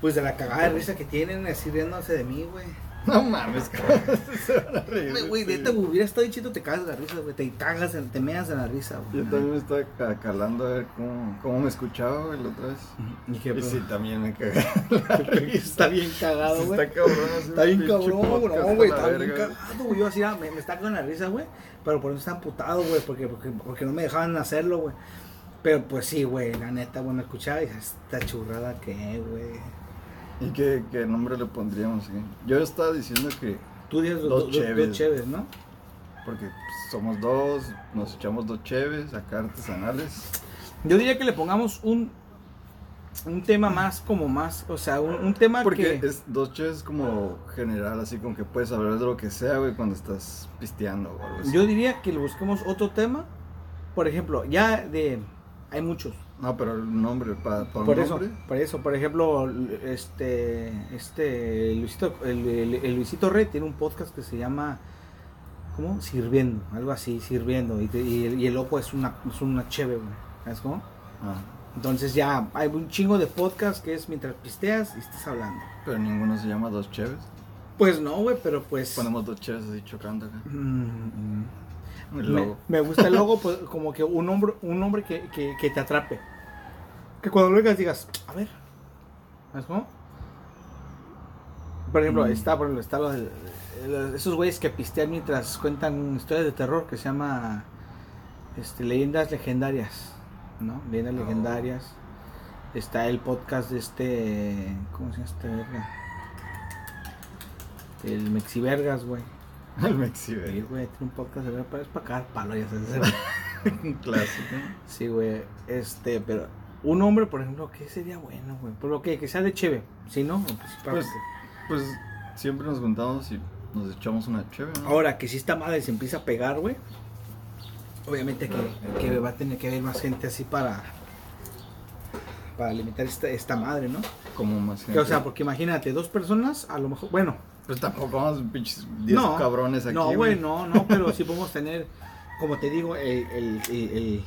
Pues de la cagada de risa que tienen, así riéndose de mí, güey. No mames, cabrón. Se van a reír de Güey, Güey, ti. neta, este güey, hubiera estado chido, te cagas de la risa, güey. Te cagas, en- te meas en la risa, Yo güey. también me estaba ca- calando a ver cómo, cómo me escuchaba, güey, la otra vez. Dije, pues, Y pero- sí, también me cagué. la risa. Está bien cagado, Sí, güey. Está cabrón. así Está bien pinche cabrón, podcast no, güey, a la está bien verga. cagado, güey. Yo así, ah, me, me está con la risa, güey. Pero por eso está amputado, güey, porque, porque, porque no me dejaban hacerlo, güey. Pero pues sí, güey, la neta, güey, me escuchaba y dije, esta churrada que, güey. ¿Y qué, qué nombre le pondríamos? güey? Yo estaba diciendo que Tú dices Dos dos, dos, cheves. dos cheves, ¿no? porque pues, somos dos, nos echamos dos cheves acá artesanales. Yo diría que le pongamos un un tema más como más, o sea, un, un tema Porque que es, dos cheves es como general, así como que puedes hablar de lo que sea, güey, cuando estás pisteando o algo así. yo diría que le busquemos otro tema. Por ejemplo, ya de hay muchos. No, pero el nombre, para un Por nombre. eso, por eso, por ejemplo, este este Luisito el, el- el Luisito Rey tiene un podcast que se llama ¿cómo? Sirviendo, algo así, sirviendo y, te- y el, y el loco es una es una cheve, güey. ¿Sabes cómo? Ah, Entonces ya hay un chingo de podcast que es mientras pisteas y estás hablando. pero ninguno se llama dos cheves. Pues no, güey, pero pues Ponemos dos cheves así chocando acá. Mm, El me, logo. me gusta el logo, pues, como que un hombre, un hombre que, que- que te atrape. Que cuando lo veas digas, a ver. ¿Sabes cómo? Por ejemplo, Mm. está, por ejemplo, está lo del- el- esos güeyes que pistean mientras cuentan historias de terror que se llama este, Leyendas Legendarias. ¿No? Leyendas Oh. Legendarias. Está el podcast de este. ¿Cómo se llama este verga? El Mexivergas, güey. El Sí, Mexibe. güey, tiene un podcast de verdad, pero es para cagar palo, ya sabes. Un clásico. Sí, güey, este, pero un hombre, por ejemplo, ¿qué sería bueno, güey? Por lo que, que sea de cheve, si no, pues, para- Pues- Pues siempre nos juntamos y nos echamos una cheve, ¿no? Ahora, que si esta madre se empieza a pegar, güey, obviamente que, que va a tener que haber más gente así para, para limitar esta, esta madre, ¿no? Como más gente. Que, o sea, porque imagínate, dos personas, a lo mejor, bueno, Pues tampoco vamos pinches 10 cabrones Pues aquí. No, güey, no, no, pero sí podemos tener, como te digo, el, el, el, el-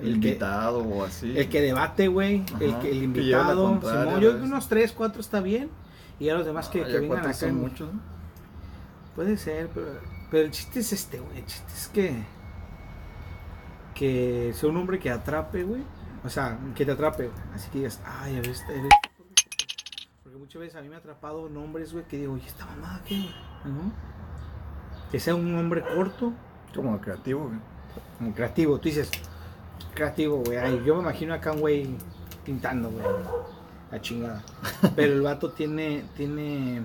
El, el que- invitado o así. El que debate, güey. El, Ajá, que- el que lleva la invitado. contraria, Simón, yo creo ¿ves? que unos 3, 4 está bien. Y a los demás que, Ah, que ya vengan cuatro acá. son güey. muchos, ¿no? Puede ser, pero, pero el chiste es este, güey. El chiste es que. Que sea un hombre que atrape, güey. O sea, que te atrape. güey. Así que digas, ay, a ver, esta- a ver, este, esta porra, güey". Porque muchas veces a mí me ha atrapado nombres, güey, que digo, ¿y esta mamada qué, güey? Ajá. Que sea un hombre corto, Como creativo, güey. como creativo, tú dices, creativo, güey. ay, Yo me imagino acá un güey pintando, güey. La chingada. Pero el vato tiene, tiene,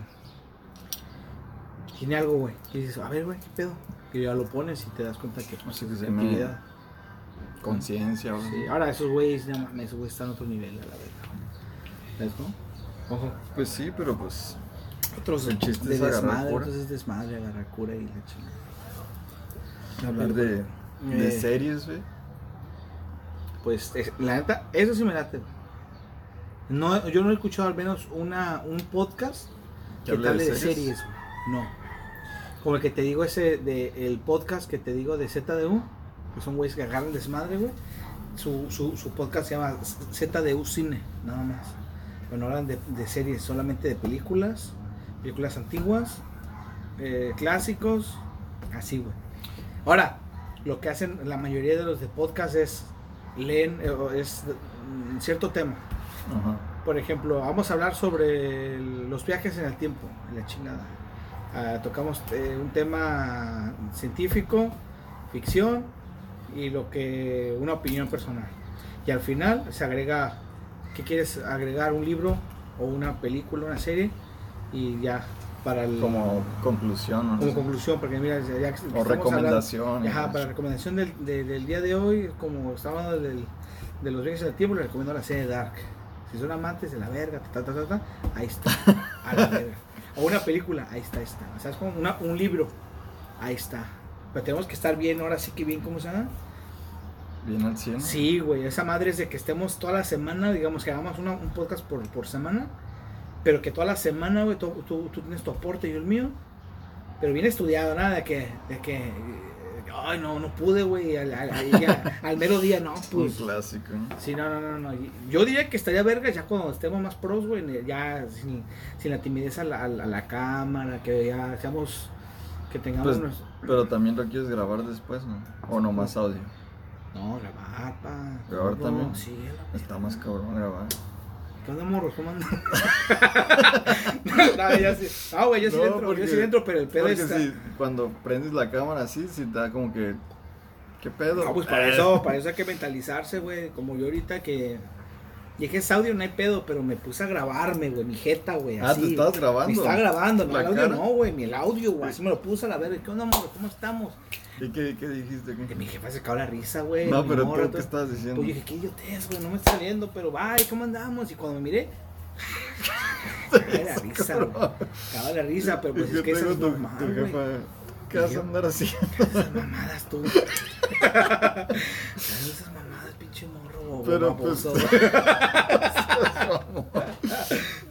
tiene algo, güey. Y dices, a ver, güey, ¿qué pedo? Y ya lo pones y te das cuenta que O sea, que es se creatividad. Conciencia, güey. Sí, Ahora esos güeyes, no mames, esos güeyes están a otro nivel, a la verga. ¿Sabes cómo? ah, Ojo. Pues sí, pero pues. Otros El chiste de es agarrar desmadre, cura. entonces desmadre, agarrar cura y la chingada. Hablar de, de Eh. series, güey. Pues es- la neta, eso sí me late. No, yo no he escuchado al menos una, un podcast que hable hable de series. güey. No. Como el que te digo ese de el podcast que te digo de ZDU, que son güeyes que agarran desmadre, güey. Su, su, su podcast se llama ZDU Cine, nada más. Bueno, hablan de, de series, solamente de películas, películas antiguas, eh, clásicos, así, güey. Ahora, lo que hacen la mayoría de los de podcast es leen, eh, o es mm, cierto tema. Ajá. Por ejemplo, vamos a hablar sobre el- los viajes en el tiempo, en la chingada. Ah, tocamos eh, un tema científico, ficción y lo que una opinión personal. Y al final se agrega que quieres agregar un libro o una película, una serie y ya para el, Como conclusión, ¿no? como conclusión, porque mira, ya, ya que O estamos hablando- recomendación. Ajá, para la recomendación del, de- del día de hoy, como estaba hablando del- de los viajes del tiempo, les recomiendo la serie Dark. Si son amantes de la verga, ta, ta, ta, ta, ahí está. A la verga. O una película, ahí está, ahí está. O sea, es como una- un libro, ahí está. Pero tenemos que estar bien, ahora sí que bien, ¿cómo se llama? Bien al cien. Sí, güey, esa madre es de que estemos toda la semana, digamos que hagamos una- un podcast por, por semana, pero que toda la semana, güey, tú, tú- tú tienes tu aporte y yo el mío, pero bien estudiado, nada de que, de que, eh, ay, no, no pude, güey, al, al, ahí ya- al mero día, no, Un pues. clásico, ¿no? Sí, no, no, no, no. y- Yo diría que estaría verga ya cuando estemos más pros, güey, ne- ya sin, sin la timidez a la, a la- a la cámara, que ya seamos, que tengamos... Pues- nuestro- Pero también lo quieres grabar después, ¿no? O nomás audio. No, la mapa. Grabar no, también. Sí, la- Está más cabrón grabar. ¿Qué onda, morros? ¿Cómo andan? no, ya sí. Ah, güey, yo sí No, dentro, yo porque- sí dentro, pero el pedo Porque está... sí, cuando prendes la cámara así, sí te da como que. ¿Qué pedo? Eh. No, pues para eso, para eso hay que mentalizarse, güey. Como yo ahorita que. Dije, es audio, no hay pedo, pero me puse a grabarme, güey, mi jeta, güey. Ah, así. te estabas grabando. Me estaba grabando, no, ¿La el audio cara? no, güey, mi el audio, güey. Así me lo puse a la verga. ¿Qué onda, amor? ¿Cómo estamos? ¿Y qué, qué dijiste? Que ¿Qué? mi jefa se acaba la risa, güey. No, mi pero morra, tú, ¿qué todo. estabas diciendo? Pues yo dije, qué idiotez, güey, no me está saliendo, pero bye, ¿cómo andamos? Y cuando me miré, acaba la risa, güey. Acaba la risa, pero pues ¿Y es que qué eso tengo es tu, normal, tu güey. jefa? ¿Qué vas a andar así? Esas mamadas, tú. Esas mamadas, pinche morro. Pero, Pero, pues-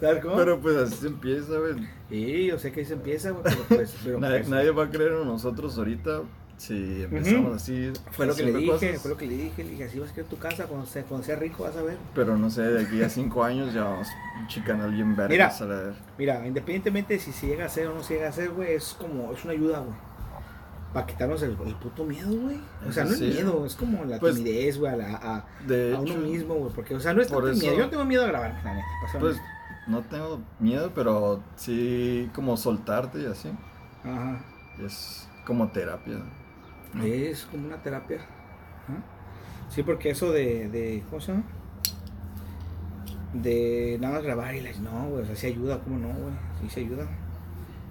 ¿Sabes cómo? Pero pues así se empieza, güey. Sí, yo sé que ahí se empieza, güey, pero pues. Pero, Nadie, pues, nadie va a creer en nosotros ahorita si empezamos así. Fue lo que le dije, haciendo cosas. fue lo que le dije. Le dije, así vas a quedar tu casa cuando sea, cuando sea rico, vas a ver. Pero no sé, de aquí a cinco años ya vamos a chican a alguien verga. Mira. a la- Mira, independientemente de si se llega a hacer o no se llega a hacer, güey, es como, es una ayuda, güey. Para quitarnos el, el puto miedo, güey. O sea, no Sí. es miedo, es como la Pues- timidez, güey, a, la- a, De a hecho, uno mismo, güey. Porque, o sea, no es Ah, por tanto eso- miedo. Yo no tengo miedo a grabar, la neta. para ser pues honesto. no tengo miedo, pero sí como soltarte y así. Ajá. Es como terapia. Es como una terapia. Ajá. Sí, porque eso de, de. ¿Cómo se llama? De nada más grabar y las. No, güey. O sea, sí ayuda, ¿cómo no, güey? Sí, se ayuda.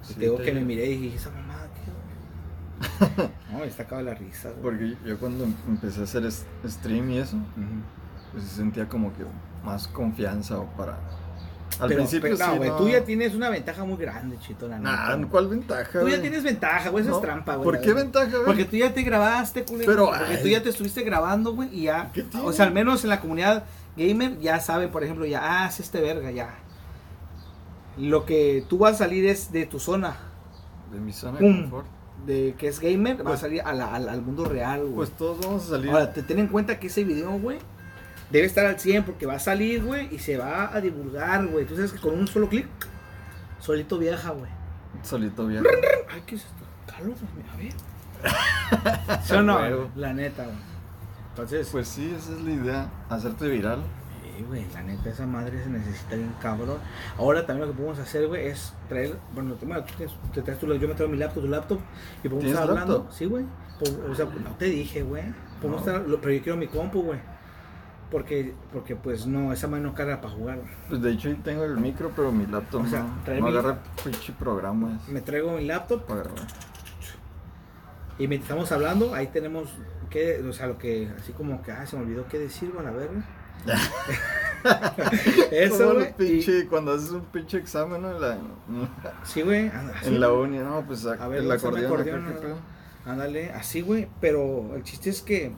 Y Sí, te digo te- que me miré y dije, esa mamada, ¿qué? güey?" no, está acaba la risa, güey. Porque yo cuando em- empecé a hacer es- stream y eso, Ujú. pues sí sentía como que más confianza o para... Al Pero- principio pero, sí, no, güey. no. Tú ya tienes una ventaja muy grande, chito, la Nah, neta. güey. ¿cuál ventaja, Tú ya güey? tienes ventaja, güey. Eso No, es trampa, güey. ¿Por la qué verdad. ventaja, güey? Porque tú ya te grabaste, culero. Pero, porque ay. tú ya te estuviste grabando, güey, y ya. ¿Qué tiene? O sea, al menos en la comunidad gamer ya saben, por ejemplo, ya, ah, es este verga, ya. Lo que tú vas a salir es de tu zona, De mi zona Pum. de confort. de que es gamer, vas Pues- a salir a la- al, al mundo real, güey. Pues todos vamos a salir... Ahora, te ten en cuenta que ese video, güey, debe estar al 100 porque va a salir, güey, y se va a divulgar, güey. Tú sabes que con un solo clic, solito viaja, güey. Solito bien. Ay, ¿qué es esto? Carlos, a ver. ¿Sí o no? Huevo. La neta, güey. Entonces, Pues sí, esa es la idea. Hacerte viral. Sí, güey, la neta, esa madre se necesita bien cabrón. Ahora también lo que podemos hacer, güey, es traer. Bueno, tú, bueno, tú tienes- te traes tu, yo me traigo mi laptop, tu laptop, y podemos ¿Tienes estar hablando. laptop? Sí, güey. Po- O sea, no te dije, güey. Podemos No. estar- lo- pero yo quiero mi compu, güey. Porque, porque, pues no, esa mano carga para jugar. güey. Pues de hecho ahí tengo el micro, pero mi laptop O sea, no, trae no mi- agarra pinche programas Me traigo mi laptop para grabar. y mientras estamos hablando, ahí tenemos que, o sea, lo que, así como que, ah, se me olvidó qué decir, güey, a la verga. Eso, Como los güey. y- pinche, cuando haces un pinche examen ¿no? en la, en Sí, güey. anda, así, la güey. uni, no, pues saca A ver, el lánzame acordeón. acá, acordeón, ¿qué ¿no? pedo? Ándale, así, güey. Pero el chiste es que,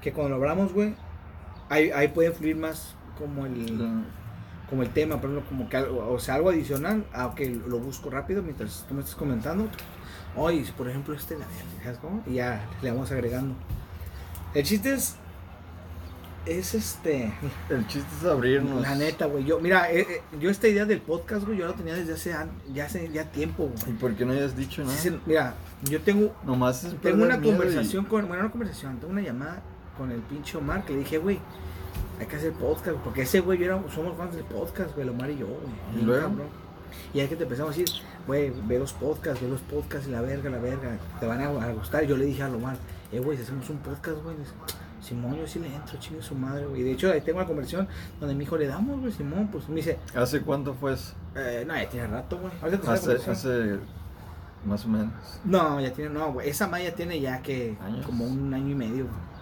que cuando lo hablamos, güey, ahí, ahí puede fluir más como el, como el tema, por ejemplo, como que algo, o sea, algo adicional, aunque lo busco rápido mientras tú me estás comentando. Oye, por ejemplo, este, la verga, ¿sabes cómo? Y ya le vamos agregando. El chiste es, es este, El chiste es abrirnos. la neta, güey. Yo, mira, eh, eh, yo esta idea del podcast, güey, yo la tenía desde hace, an- ya hace ya tiempo, ¿Y güey. por qué no hayas dicho nada? Sí se- mira, yo tengo Nomás es Tengo perder una miedo y- conversación con, bueno, no conversación, tengo una llamada con el pinche Omar que le dije, güey, hay que hacer podcast, porque ese güey, yo era- somos fans del podcast, güey, el Omar y yo, güey. ¿Y bien luego? cabrón. Y ahí que te empezamos a decir, güey, ve los podcasts, ve los podcasts, y la verga, la verga, te van a, a gustar. Yo le dije a Omar, eh, güey, si hacemos un podcast, güey, dice, Simón, yo sí le entro, chingue su madre, güey. Y De hecho, ahí tengo una conversación donde mi hijo le damos, güey, Simón, pues me dice, ¿Hace cuánto fue eso? eh, no, ya tiene rato, güey. Ahorita te Hace, sale la conversación. hace más o menos. No, ya tiene, no, güey, esa madre ya tiene ya que Años. como un año y medio, güey.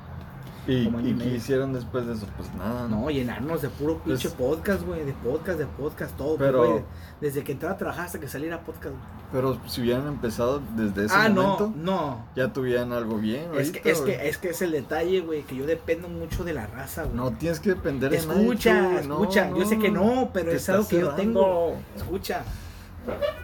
¿Y, Como año y y qué medio. hicieron después de eso? Pues nada. No, llenarnos de puro Pues- pinche podcast, güey. De podcast, de podcast, todo. Pero- güey, de- desde que entraba a trabajar hasta que saliera podcast, güey. Pero si hubieran empezado desde ese Ah, momento, no, ya tuvieran algo bien. no. Es que, ahorita, es, güey. que, es que es el detalle, güey, que yo dependo mucho de la raza, güey. No tienes que depender de nadie, escucha, tú, no, escucha. yo sé que no, pero te es algo estás que yo cerrando. tengo. Escucha.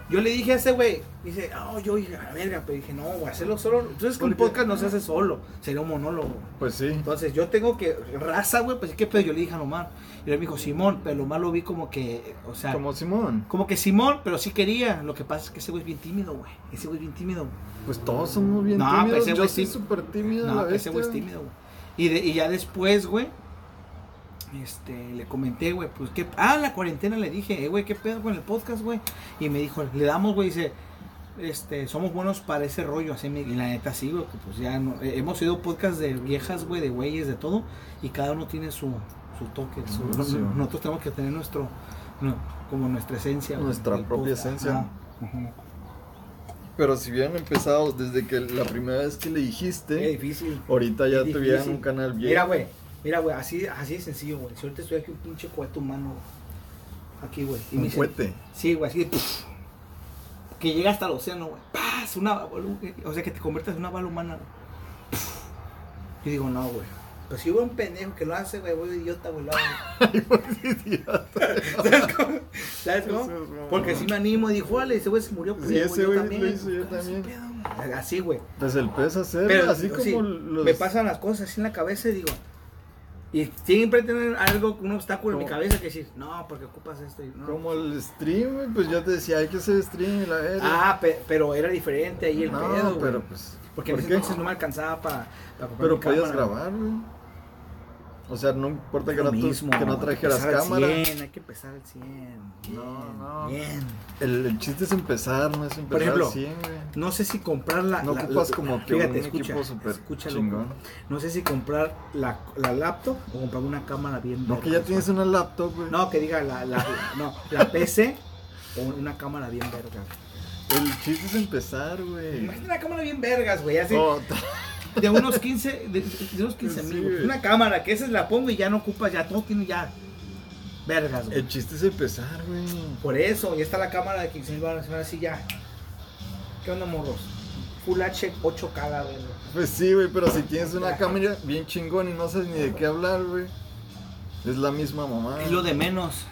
Yo le dije a ese güey, dice, oh, yo dije, a la verga, pero dije, no, güey, hacerlo solo. Entonces, que un ¿Por qué? podcast no se hace solo, sería un monólogo. Pues sí. Entonces, yo tengo que, raza, güey, pues, ¿qué pedo? Yo le dije a Lomar. Y él me dijo, Simón, pero Lomar lo vi como que, o sea, como, Como Simón. que Simón, pero sí quería. Lo que pasa es que ese güey es bien tímido, güey. Ese güey es bien tímido. güey. Pues todos somos bien No, pero tímidos. ese Yo güey soy sí. súper tímido. No, la que ese güey es bestia. tímido, güey. Y, de- y ya después, güey, este, le comenté, güey, pues qué. Ah, en la cuarentena le dije, eh, güey, qué pedo con el podcast, güey. Y me dijo, le damos, güey, dice, este, somos buenos para ese rollo, así, me- y la neta sí, güey, que pues ya no- eh, hemos sido podcast de viejas, güey, de güeyes, de todo, y cada uno tiene su, su toque, su- Su- sí. nosotros tenemos que tener nuestro, no, como nuestra esencia. güey, Nuestra del propia podcast. esencia. Ah, ujú. Pero si hubieran empezado desde que la primera vez que le Qué dijiste, difícil. ahorita ya Es tuvieran difícil. un canal bien. Mira, güey. Mira, güey. Así, así de sencillo, güey. Si ahorita estoy aquí un pinche cohete humano, güey. Aquí, güey. y me Un dicen- cohete. Sí, güey. Así de... puf, que llega hasta el océano, güey. ¡Paz! Una, o sea, que te conviertas en una bala humana, güey. Puf. Yo digo, no, güey. Pero si hubo un pendejo que lo hace, güey, voy de idiota, güey. lo hago, güey. ¿Sabes cómo? ¿Sabes cómo? Eso es mamá. Porque si me animo, dijo, vale, ese güey se murió, pues Sí, ya, ese yo güey también. lo hizo, yo ¿Qué también. pedo, güey? Así, güey. Pues el pez hacer, Pero, así como sí, los. me pasan las cosas así en la cabeza y digo, y siempre tener algo, un obstáculo en mi ¿Cómo? cabeza que decir, no, porque ocupas esto. Y, no. Como el stream, güey, pues yo te decía, hay que hacer stream y la verga. Ah, pe- pero era diferente ahí el no, pedo, güey. pero pues. porque en ¿por ese qué? entonces no me alcanzaba para. Pero podías grabar, güey. O sea, no importa que no, tu- que no trajeras cámara. hay que empezar al 100. No, bien, no. bien. El, el chiste es empezar, no es empezar ejemplo, al 100, güey. No sé si comprar la. No la- ocupas la- como que fíjate, un escucha, equipo súper escucha, loco. chingón. No sé si comprar la, la laptop o comprar una cámara bien. No, verga, que ya güey. tienes una laptop, güey. No, que diga la, la, la- no, la PC o una cámara bien verga. El chiste es empezar, güey. Imagínate una cámara bien vergas, güey, así No, de unos 15, de, de unos 15 Oh. Sí, mil. güey. güey. Una cámara que esa la pongo y ya no ocupas, ya todo tiene ya vergas, güey. el chiste es empezar, güey. Por eso, ya está la cámara de 15 mil baros, ahora sí ya. ¿Qué onda, morros? Full H 8K, la verga. Pues sí, güey, pero si tienes una cámara bien chingón y no sabes ni de qué hablar, güey. Es la misma mamá. Es lo de menos.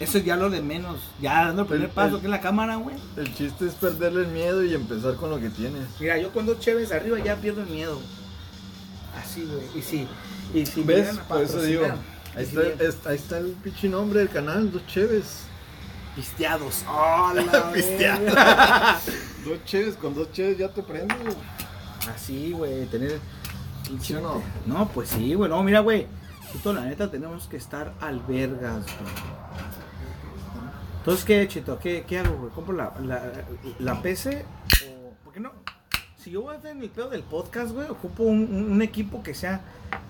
Eso es ya lo de menos. Ya dando el primer El- paso, el- que es la cámara, güey. El chiste es perderle el miedo y empezar con lo que tienes. Mira, yo cuando Chévez arriba ya pierdo el miedo. Así, güey. Y si, y si me ¿Ves? llegan a Por eso digo. patrocinar, Ahí y si está, llegan- es- ahí está el pinche nombre del canal, Dos Cheves. Pisteados. ¡Hola! Pisteados. Dos Cheves, con dos Cheves ya te prendes, güey. Así, Ah, güey, tener. ¿Sí o no? No, pues sí, güey. No, mira, güey. Chito, la neta, tenemos que estar al vergas, güey. Entonces, ¿qué, Chito? ¿Qué, qué hago, güey? ¿Compro la, la, la PC? ¿O... ¿Por qué no? Si yo voy a hacer el pedo del podcast, güey, ocupo un, un- un equipo que sea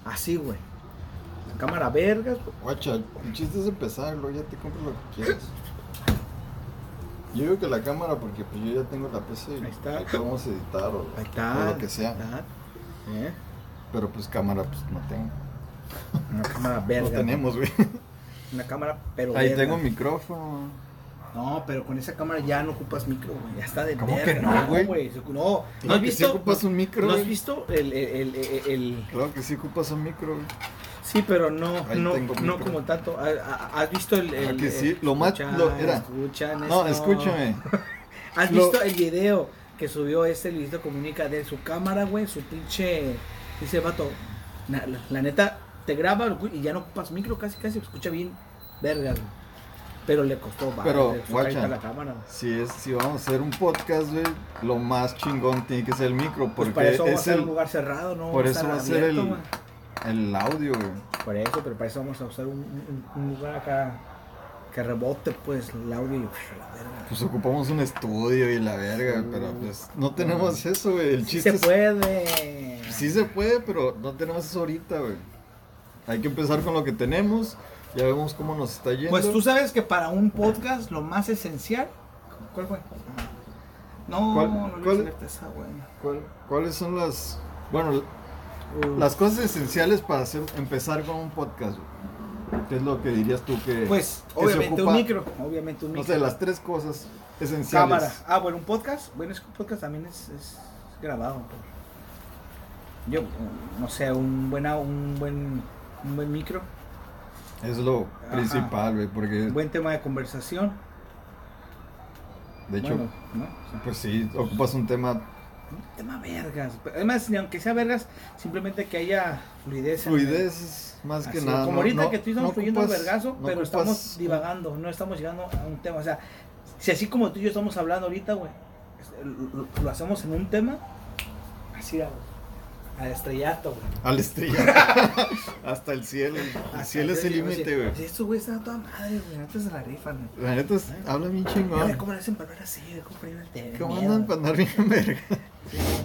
así, güey. Cámara pues, vergas, Guacha, el chiste es empezar, luego ya te compras lo que quieras. Yo digo que la cámara, porque pues yo ya tengo la PC y Ahí está. la podemos editar o, Ahí está. o lo que sea. ahí está. ¿Eh? Pero pues cámara, pues no tengo. Una cámara verga. No tenemos, güey. Una cámara, pero. Ahí verga. tengo micrófono. No, pero con esa cámara ya no ocupas micro, güey. Ya está de ¿Cómo verga. que no, güey? No, ¿no Claro has que sí visto? ocupas un micro, ¿No has güey. visto el, el, el, el- el- Claro que sí ocupas un micro, güey. Sí, pero no, Ahí no, tengo no micro. como tanto. Ah, ah, ¿Has visto el. el Claro que el- sí, lo más- escucha, lo- era. escucha, No, Néstor. escúchame. ¿Has lo- visto el video que subió este Luisito Comunica de su cámara, güey? Su pinche. Dice, vato. na- la, la neta, te graba lo cu- y ya no ocupas micro, casi, casi. Escucha bien, verga, güey. Pero le costó, va, Pero, le costó guacha. calentar la cámara, güey. Si, es, si vamos a hacer un podcast, güey, lo más chingón tiene que ser el micro, Pues porque para eso va a es ser un el, lugar cerrado, ¿no? por a estar eso va a ser abierto, el- güey. el audio, güey. Por eso, pero para eso vamos a usar un, un- un lugar acá que rebote, pues, el audio y... uf, la verga. Pues ocupamos un estudio y la verga, Sí. pero pues no tenemos eso, güey. El Sí chiste se puede. es. Sí se puede, pero no tenemos eso ahorita, güey. Hay que empezar con lo que tenemos. Ya vemos cómo nos está yendo. Pues tú sabes que para un podcast lo más esencial... ¿Cuál fue? No, ¿Cuál- no le cuál? acerté esa, güey. ¿Cuál- ¿Cuáles son las. Bueno, las cosas esenciales para hacer, empezar con un podcast, güey? ¿Qué es lo que dirías tú que. Pues, que se obviamente ocupa? un micro, obviamente un No micro. sé, las tres cosas esenciales. Cámara. Ah, bueno, un podcast. Bueno, es que un podcast también es, es grabado. pero Yo, no sé, un, buena, un, buen, un buen micro. Es lo Ajá. principal, güey, porque. Un buen tema de conversación. De hecho, Bueno, ¿no? O sea, pues sí, ocupas un tema un tema vergas. Además, ni aunque sea vergas, simplemente que haya fluidez. en el- fluidez es más que Así, nada. Como no- ahorita no- que tú no estamos fluyendo al ocupas- vergazo, no pero ocupas- estamos divagando, no estamos llegando a un tema. O sea, si así como tú y yo estamos hablando ahorita, güey, este, lo, lo- lo hacemos en un tema, así a- al estrellato, güey. Al estrella. Hasta el cielo. El Hasta cielo es yo el digo, límite, así, güey. así, Estos güey están a toda madre, güey, antes de la rifa, güey. La neta es, habla bien Ya ve chingón. ¿Cómo le hacen para hablar así? güey, ¿Cómo ponen el teléfono? ¿Cómo andan para andar bien verga?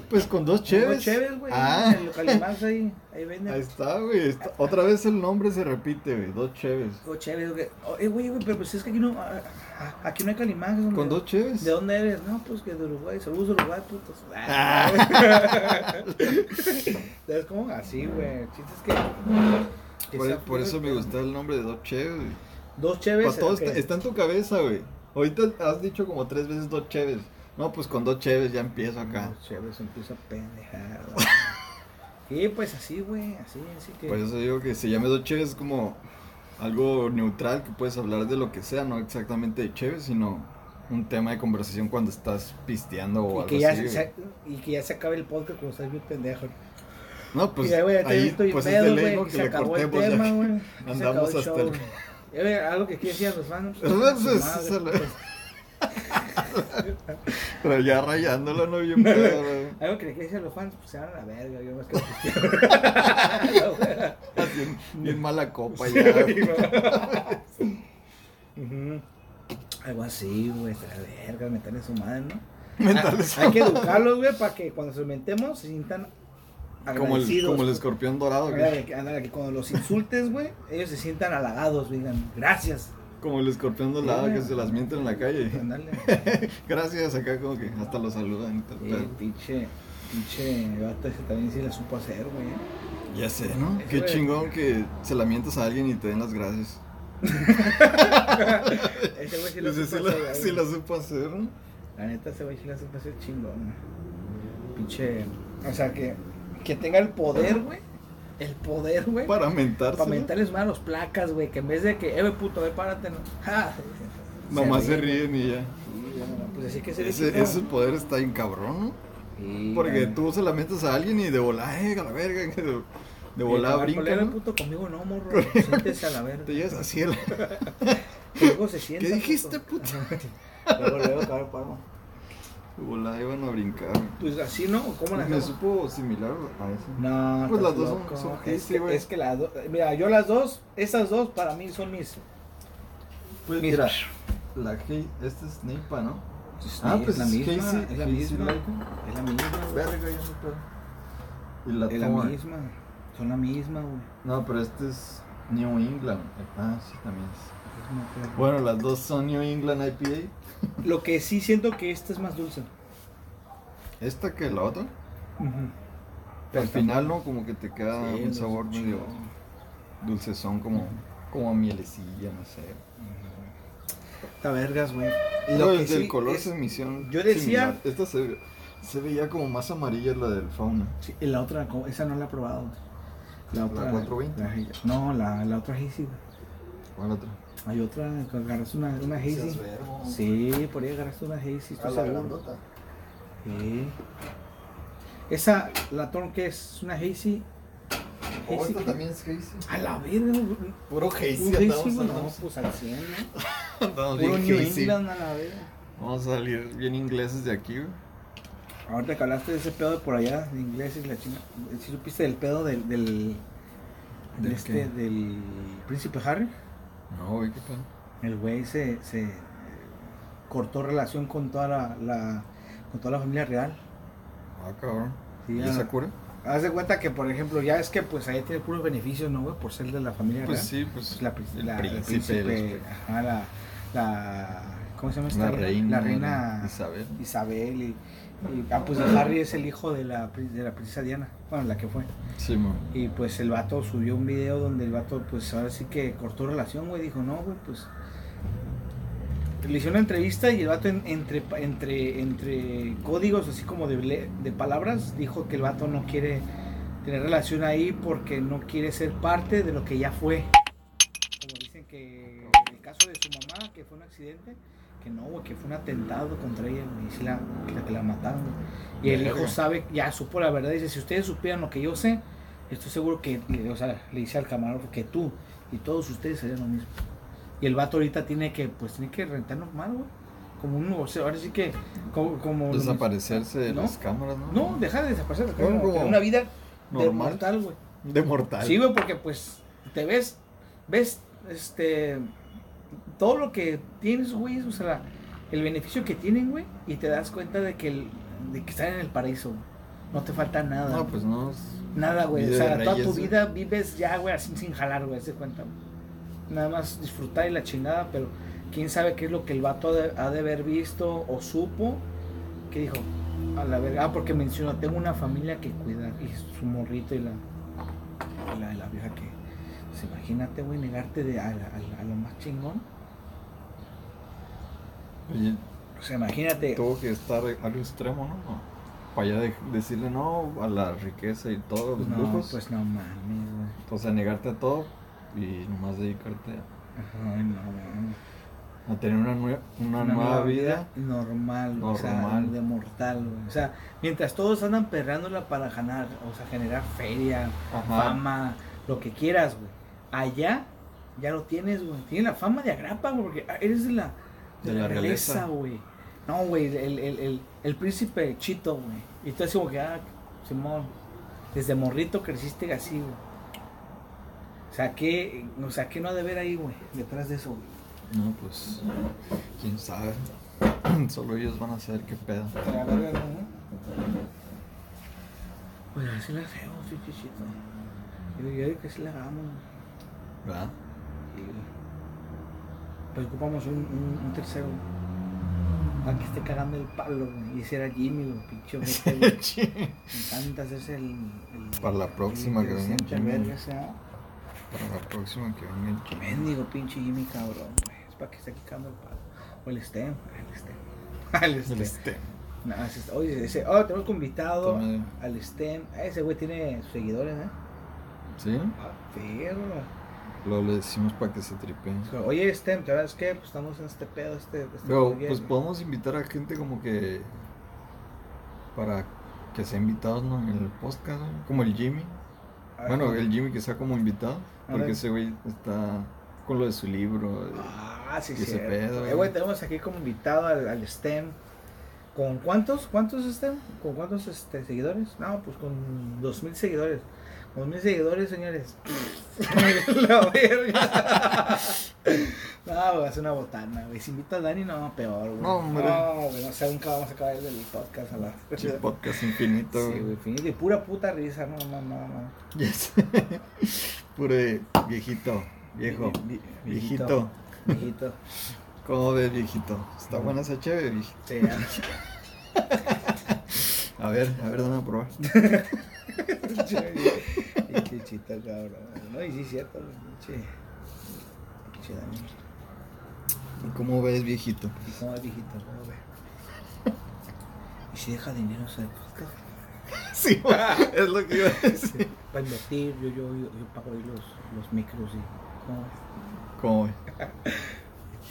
Pues con dos cheves. Chéves, güey. Ah. En el Calimán, ahí, ahí venden. Ahí está, güey. está- Otra vez el nombre se repite, güey. Dos cheves. O chévere, güey. O- eh, güey, güey, pero pues es que aquí no, a- a- aquí no hay calimax. güey. Con dos cheves. ¿De dónde eres? No, pues que de Uruguay. Saludos de Uruguay, putos. Ah. ¿Sabes cómo? Así, güey. El chiste es que... que Por, sea- por eso me gusta el nombre de dos cheves, güey. Dos Pa' chéves. todo ok. está, está en tu cabeza, güey. Ahorita has dicho como tres veces dos cheves. No, pues con dos cheves ya empiezo acá. Dos chéves, empieza a pendejar. güey. Y pues así, güey. Así, así que... Por eso digo que se llame dos cheves es como algo neutral que puedes hablar de lo que sea, no exactamente de cheves, sino un tema de conversación cuando estás pisteando o y algo que, ya así. se, güey. se- y que ya se acabe el podcast como estás bien pendejo. No, pues y ahí, güey, ya te ahí estoy pues es pedo, de ley, ¿no? güey. que Se le acabó el cortemos tema, ya. güey. que ya se acabó andamos el hasta show, el- güey. Ya ve, algo que aquí decían los fans. Los chinga su fans, madre, se la- pues. Pero ya rayándolo, ¿no? Bien pedo, güey. Algo que le quería decir a los fans, pues se van a la verga, yo más que No, güey. Así, bien- bien mala copa ya. güey. Ujú. Algo así, güey, está la verga, meterle su madre, ¿no? Mental Ah, es- Hay que educarlos, güey, para que cuando se mentemos se sientan Como el, agradecidos. como el escorpión dorado, güey. Ándale, que- ándale, que cuando los insultes, güey, ellos se sientan halagados, güey, digan, gracias. Como el escorpión Sí, dorado que güey. se las mienten en la calle. Ándale. Gracias, acá como que hasta lo saludan y tal. Sí, pinche, pinche, vato ese también sí la supo hacer, güey. ¿eh? pero- Ya sé, ¿no? Ese Qué güey. chingón que se la mientas a alguien y te den las gracias. Ese güey sí la Pues sí, supo sí, la, hacer, sí güey. la supo hacer. ¿no? La neta, ese güey sí la supo hacer chingón. güey. Pinche. O sea, que, que tenga el poder, güey. El poder, güey. Para, Para mentarse. ¿no? mentarles mal a los placas, güey. Que en vez de que, eh, güey, puto, ve, párate, no. Ja. Nomás se ríe. ríen y ya. Pues así que se Ese, ese poder está bien cabrón, ¿no? Porque tú se la metes a alguien y de volada, eh, a la verga. que De, de volada brinca, el ¿no? puto conmigo no, morro. Siéntese a la Te verga. llevas así el... Luego se sienta. ¿Qué dijiste, puto? Ajá. Luego, luego, cabrón, palmo. De volada iban a brincar. Pues así, ¿no? ¿Cómo la Me hacemos? supo similar a eso. No, Pues estás las dos son- loco. son es, hasty, que, güey. es que las dos, mira, yo las dos, esas dos para mí son mis. Pues Mira. mira, la G, esta es Nipa, ¿no? Ah, Sí, pues es la misma, es la misma, Verga, es la misma, güey, ya no puedo. Y la es la Toma. misma, son la misma, güey. No, pero este es New England. Ah, sí, también es. Es una cosa. Bueno, las dos son New England IPA. Lo que sí siento que esta es más dulce. Esta que la otra. Pero Al está- final, ¿no? Como que te queda Sí, un los sabor chidos. medio dulcezón, como, como mielecilla, no sé. Está vergas, güey. Y Lo que el sí color es- se me hicieron yo decía- similar. Esta se, ve- se veía como más amarilla la del fauna. sí, y la otra, como- esa no la he probado. güey. La ¿La otra. 420? la- no, la, la otra Hazy, güey. ¿Cuál otra? Hay otra, que agarraste una, una Hazy. Sí, por ahí agarraste una Hazy, estoy seguro. Sí. Esa, la Torn que es una Hazy. Oh, Hazy esta que- también es Hazy. A la verga, güey. Puro Hazy, Un Hazy, güey. No, andamos, pues al 100, ¿no? andamos Puro bien New Hazy. England a la verga. Vamos a salir bien ingleses de aquí, güey. Ahorita que hablaste de ese pedo de por allá, de inglés y la china. ¿Sí supiste del pedo del. del. ¿Del del, este, qué? del príncipe Harry? No, güey, ¿qué tal? El güey se, se eh, cortó relación con toda la, la- con toda la familia real. Ah, cabrón. Sí, ¿Y ya- esa cura? Haz de cuenta que, por ejemplo, ya es que pues ahí tiene puros beneficios, ¿no, güey? Por ser de la familia Pues real. sí, pues. La, pri- el la- el príncipe, príncipe, los- ajá, la, la- ¿Cómo se llama esta? la reina. La reina Isabel. Isabel. Y, y- ah, pues el Harry es el hijo de la, pri- de la princesa Diana. Bueno, la que fue. Sí, man. Y pues el vato subió un video donde el vato, pues ahora sí que cortó relación, güey. Dijo, no, güey, pues. Le hizo una entrevista y el vato en- entre, pa- entre, entre códigos, así como de, ble- de palabras, dijo que el vato no quiere tener relación ahí porque no quiere ser parte de lo que ya fue. Como dicen que el caso de su mamá, que fue un accidente, que no, güey, que fue un atentado contra ella, güey, y sí la, la que la mataron, güey. Y el hijo Verga. sabe, ya supo la verdad, dice, si ustedes supieran lo que yo sé, estoy seguro que, le- o sea, le dice al camarógrafo que tú y todos ustedes harían lo mismo. Y el vato ahorita tiene que, pues, tiene que rentar normal, güey. Como un, o sea, ahora sí que, como... como Desaparecerse de ¿No? las cámaras, ¿no? No, dejar de desaparecer, No, tener como una vida de normal. mortal, güey. De mortal. Sí, güey, porque pues te ves, ves, este, todo lo que tienes, güey, o sea, la- el beneficio que tienen, güey, y te das cuenta de que, el- de que están en el paraíso, güey. No te falta nada. No, güey. pues no. es- nada, güey. O vida sea, de toda tu reyes, güey. vida vives ya, güey, así sin jalar, güey, haz de cuenta. güey. Nada más disfrutar y la chingada, pero quién sabe qué es lo que el vato ha de, ha de haber visto o supo que dijo, a la verga, ah, porque mencionó, tengo una familia que cuidar y su morrito y la, y la, la vieja que, pues, imagínate, güey, negarte de, a, la- a la- a lo más chingón. Oye, O sea, imagínate. tuvo que estar algo extremo, ¿no? Para ya de- decirle no a la riqueza y todos los No, lujos. pues no mames, güey. O sea, negarte a todo y nomás dedicarte Ajá, no mames. a tener una, nue- una, nueva, vida. normal, o sea, Normal. de mortal, güey. O sea, mientras todos andan perrándola para ganar, o sea, generar feria, Ajá. fama, lo que quieras, güey. Allá ya lo tienes, güey. Tienes la fama de agrapa, güey, porque eres de la, de la realeza, güey. No, güey, el, el, el, el príncipe chito, güey. Y tú así como que, ah, Simón, desde morrito creciste así, güey. O sea, ¿qué, o sea, ¿qué no ha de ver ahí, güey? Detrás de eso, güey. No, pues. Quién sabe. Solo ellos van a saber qué pedo. La verga, ¿no? Pues así la hacemos, sí, chichito. Yo yo digo que sí la hagamos. ¿Verdad? Y, pues ocupamos un, un, un tercero. Para que esté cagando el palo, güey. Y ese era Jimmy, güey, pinche ojete, güey. Me encanta hacerse el. el- Para la el próxima que venga interesante, Jimmy. verga, o sea. Para la próxima que venga el Qué chimé. mendigo, pinche Jimmy, cabrón, güey. Es para que esté cagando el palo. O el STEM, el STEM. El STEM. Este. No, ese está- oye, ese- oh, tenemos como invitado Tome. al STEM. Ah, Ese güey tiene sus seguidores, ¿eh? ¿Sí? Ah, perro. Lo le decimos para que se tripeen. Oye, STEM, ¿te acuerdas qué? Pues estamos en este pedo, este. este Pero, proyecto. pues podemos invitar a gente como que. Para que sea invitados ¿no? en el podcast, ¿no? Como el Jimmy. Ah, Bueno, el Jimmy que sea como invitado. A Porque ver. ese güey está con lo de su libro. de- Ah, sí, ese sí. pedo, Eh, güey, güey. tenemos aquí como invitado al, al STEM. ¿Con cuántos? ¿Cuántos STEM? ¿Con cuántos este, seguidores? No, pues con 2.000 seguidores. Con 2.000 seguidores, señores. La verga. no, güey, es una botana, güey. Si invita a Dani, no, peor, güey. No, hombre. No, güey, no sé, nunca vamos a acabar del podcast a la. Pinche podcast infinito, Sí, güey. güey, finito y pura puta risa, no, no, no, no. Yes. Puro viejito, viejo, Vi- vi- vi- viejito. Viejito. ¿Cómo ves, viejito? Está buena esa chévere, viejito. Sí, ya. A ver, a ver, dame a probar. Qué chichita, cabrón. No, y sí, es cierto, güey, pinche. Pinche Dani. ¿Cómo ves, viejito? ¿Y cómo es viejito? ¿Cómo ve? ¿Y si deja dinero ese podcast? Sí, es lo que iba a decir. Para invertir, yo, yo, yo, yo pago ahí los, los micros y. ¿Cómo ves? ¿Cómo ves?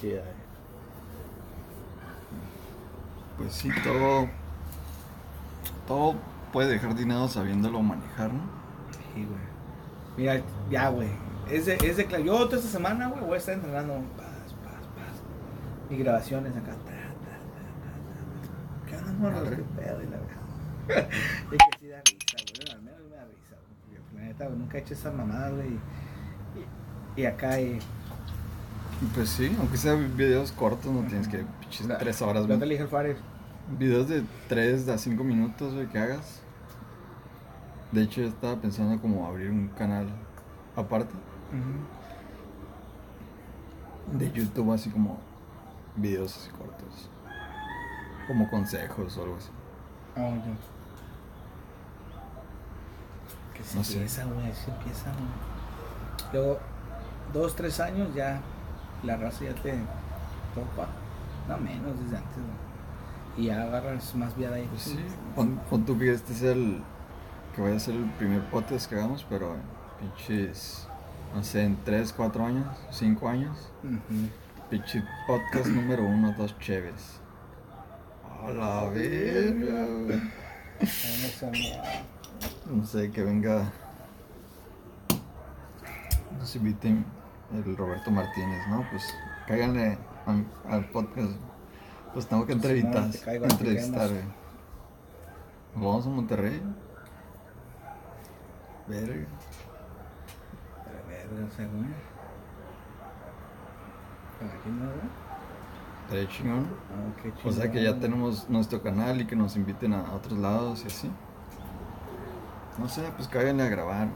Chida, Pues sí, todo. Todo puede dejar dinero sabiéndolo manejar, ¿no? Sí, güey. Mira, ya, güey. Es de, es de claro. Yo toda esta semana, güey, voy a estar entrenando. Paz, paz, paz. Y grabaciones acá. Ta, ta, ta, ta, ta. ¿Qué onda, morro? ¿Qué pedo? Y la verdad. Es que sí da risa, güey. Al menos me da risa, güey. Porque, La neta, güey, nunca he hecho esa mamada, güey. Y, y acá, eh, y. Y pues sí, aunque sean videos cortos, no tienes que. pinches La- tres horas, Yo te güey. dije al Fares. Videos de 3 a 5 minutos, güey, que hagas. De hecho, yo estaba pensando como abrir un canal aparte de YouTube, así como videos así cortos. Como consejos o algo así. Ah, ya. Que se No sé. empieza, güey, se empieza, güey. Luego, dos, tres años ya la raza ya te topa. No menos desde antes, güey. Y ya agarras más vía de ahí. Pues sí, pon, pon tú que este es el. que vaya a ser el primer podcast que hagamos, pero en pinches. no sé, en 3, 4 años, 5 años, Ujú. Pinche podcast número uno, dos chéves. A la verga, güey. Vamos a- No sé, que venga. Nos inviten el Roberto Martínez, ¿no? Pues cáiganle a- al podcast. Pues tengo que Simón, entrevistar. te caigo, te entrevistar, caemos. güey. ¿Nos vamos a Monterrey? Verga. a ver, o sea, güey. ¿Para quién no, güey? Estaría chingón. Ah, qué O sea que ya chingón. tenemos nuestro canal y que nos inviten a otros lados y así. No sé, pues cáiganle a grabar.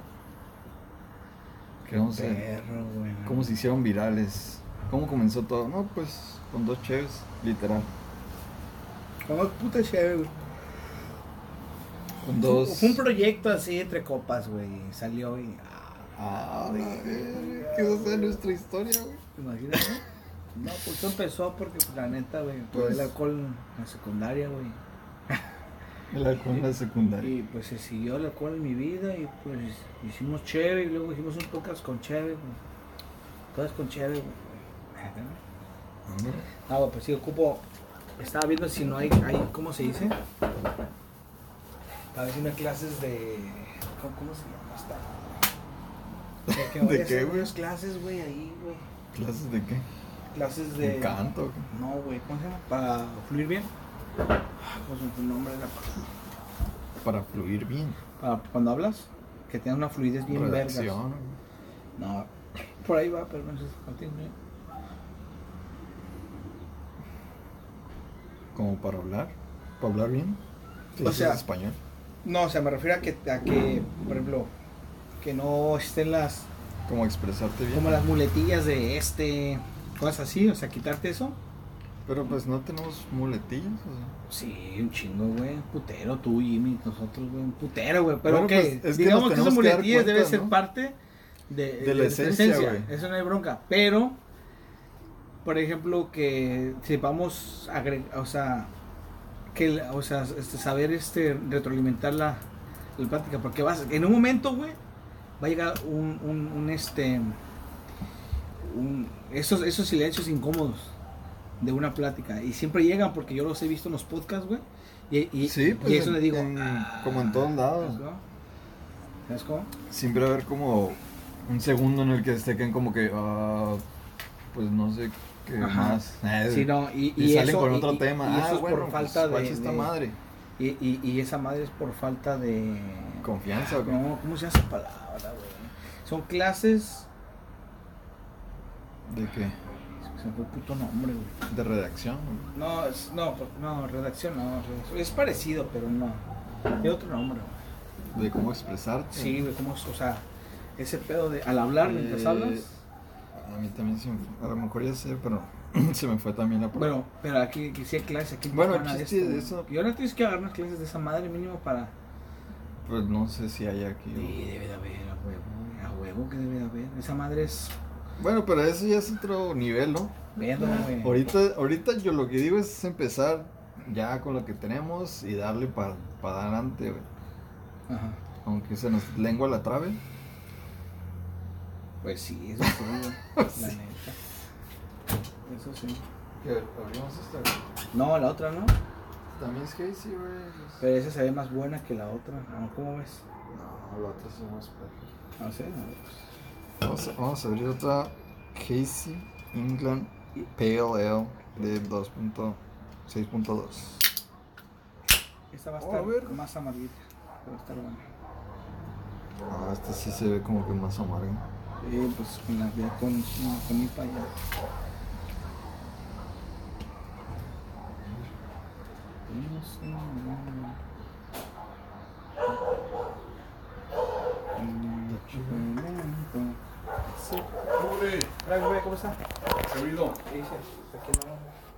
Queremos Qué ser. perro, güey. ¿Cómo se hicieron virales? ¿Cómo comenzó todo? No, pues con dos cheves, literal. Como puta chévere, güey. Con dos. Fue un proyecto así entre copas, güey. y Salió y. Ah, Ah, la verga, que esa sea nuestra historia, güey. ¿Te imaginas? güey? No, pues eso empezó porque pues, la neta, güey, probé Pues- el alcohol en la secundaria, güey. El alcohol en la secundaria. Y pues se siguió el alcohol en mi vida y pues hicimos chévere y luego hicimos un podcast con chévere, güey. Todas con chévere, güey. Hombre, Ah, güey, pues sí, ocupo. Estaba viendo si no hay, hay ¿cómo se dice? Estaba haciendo clases de. ¿Cómo, cómo se llama esta? De, que ¿De voy a qué, hacer güey? unas clases, güey, ahí, güey. ¿Clases de qué? Clases De de. canto. güey. No, güey, ¿cómo se llama? Para fluir bien. Ah, ¿Cómo se llama tu nombre? La... Para fluir bien. Para cuando hablas, que tengas una fluidez bien vergas. Redacción. No, por ahí va, pero no sé. no tiene- güey. Como para hablar. Para hablar bien. O Clases sea- de español. No, o sea, me refiero a que, a que, por ejemplo, que no estén las Como expresarte bien. como las muletillas de este, cosas así, o sea, quitarte eso. Pero pues no tenemos muletillas. o sea. Sí, un chingo, güey, un putero tú, Jimmy, nosotros, güey, un putero, güey, pero Bueno, que pues, es que digamos nos que, esas tenemos que dar muletillas cuenta, deben ser ¿no? parte de, De la nuestra esencia, güey. eso no hay bronca, pero por ejemplo que si vamos a agregar, o sea, que el- o sea, este, saber este retroalimentar la, la plática, porque vas en un momento, güey, va a llegar un, un, un, este un- esos, esos silencios incómodos de una plática. Y siempre llegan porque yo los he visto en los podcasts, güey. Y, y, Sí, pues, y eso le digo. "Ah, en- como en todos lados. ¿sabes cómo? ¿Sabes cómo? siempre va a haber como un segundo en el que se queden como que, ah, pues no sé qué Ajá. más. Eh, Sí, no, y, y, y salen eso- con y- otro y- tema. y eso ah, es bueno, por falta pues, de. ¿cuál es esta de- madre? Y, y, y esa madre es por falta de. Confianza, güey. No, ¿cómo se llama esa palabra, güey? Son clases. ¿De qué? Se me fue el puto nombre, güey. De redacción. güey. No, es- no, por- no, redacción no. redacción. Es parecido, pero no. De otro nombre, güey. De cómo expresarte. Sí, güey, como, o sea, ese pedo de al hablar mientras Eh, hablas. A mí también se me fue. A lo mejor ya sé, pero se me fue también la palabra. Bueno, pero aquí quisiera clases, aquí en Bueno, el Tijuana de chiste esto, de güey. eso- Y ahora tienes que agarrar unas clases de esa madre mínimo para... Pues no sé si hay aquí. Sí, debe de haber, a huevo, güey, a huevo que debe de haber. Esa madre es Bueno, pero eso ya es otro nivel, ¿no? pedo, güey. Ahorita, ahorita yo lo que digo es empezar ya con lo que tenemos y darle para adelante, güey. Ajá. Aunque se nos lengua la trave. Pues sí, eso sí, güey, Pues la neta. Eso sí. abrimos esta, No, la otra no, También es Casey, güey. pero esa se ve más buena que la otra. Ah, ¿Cómo ves? No, la otra es más No sé. Vamos a, vamos a abrir otra Casey England Pale Ale de 2.6.2. Esta va a Oh, estar a ver. más amarguita, pero va a estar buena. Ah, esta sí se ve como que más amarga. Eh, pues con la ya con, no, con mi pa' allá. No sé, no, no. ¡Hombre! Hola, güey, ¿cómo está? ¿Qué ruido? ¿Qué dices? Aquí andamos.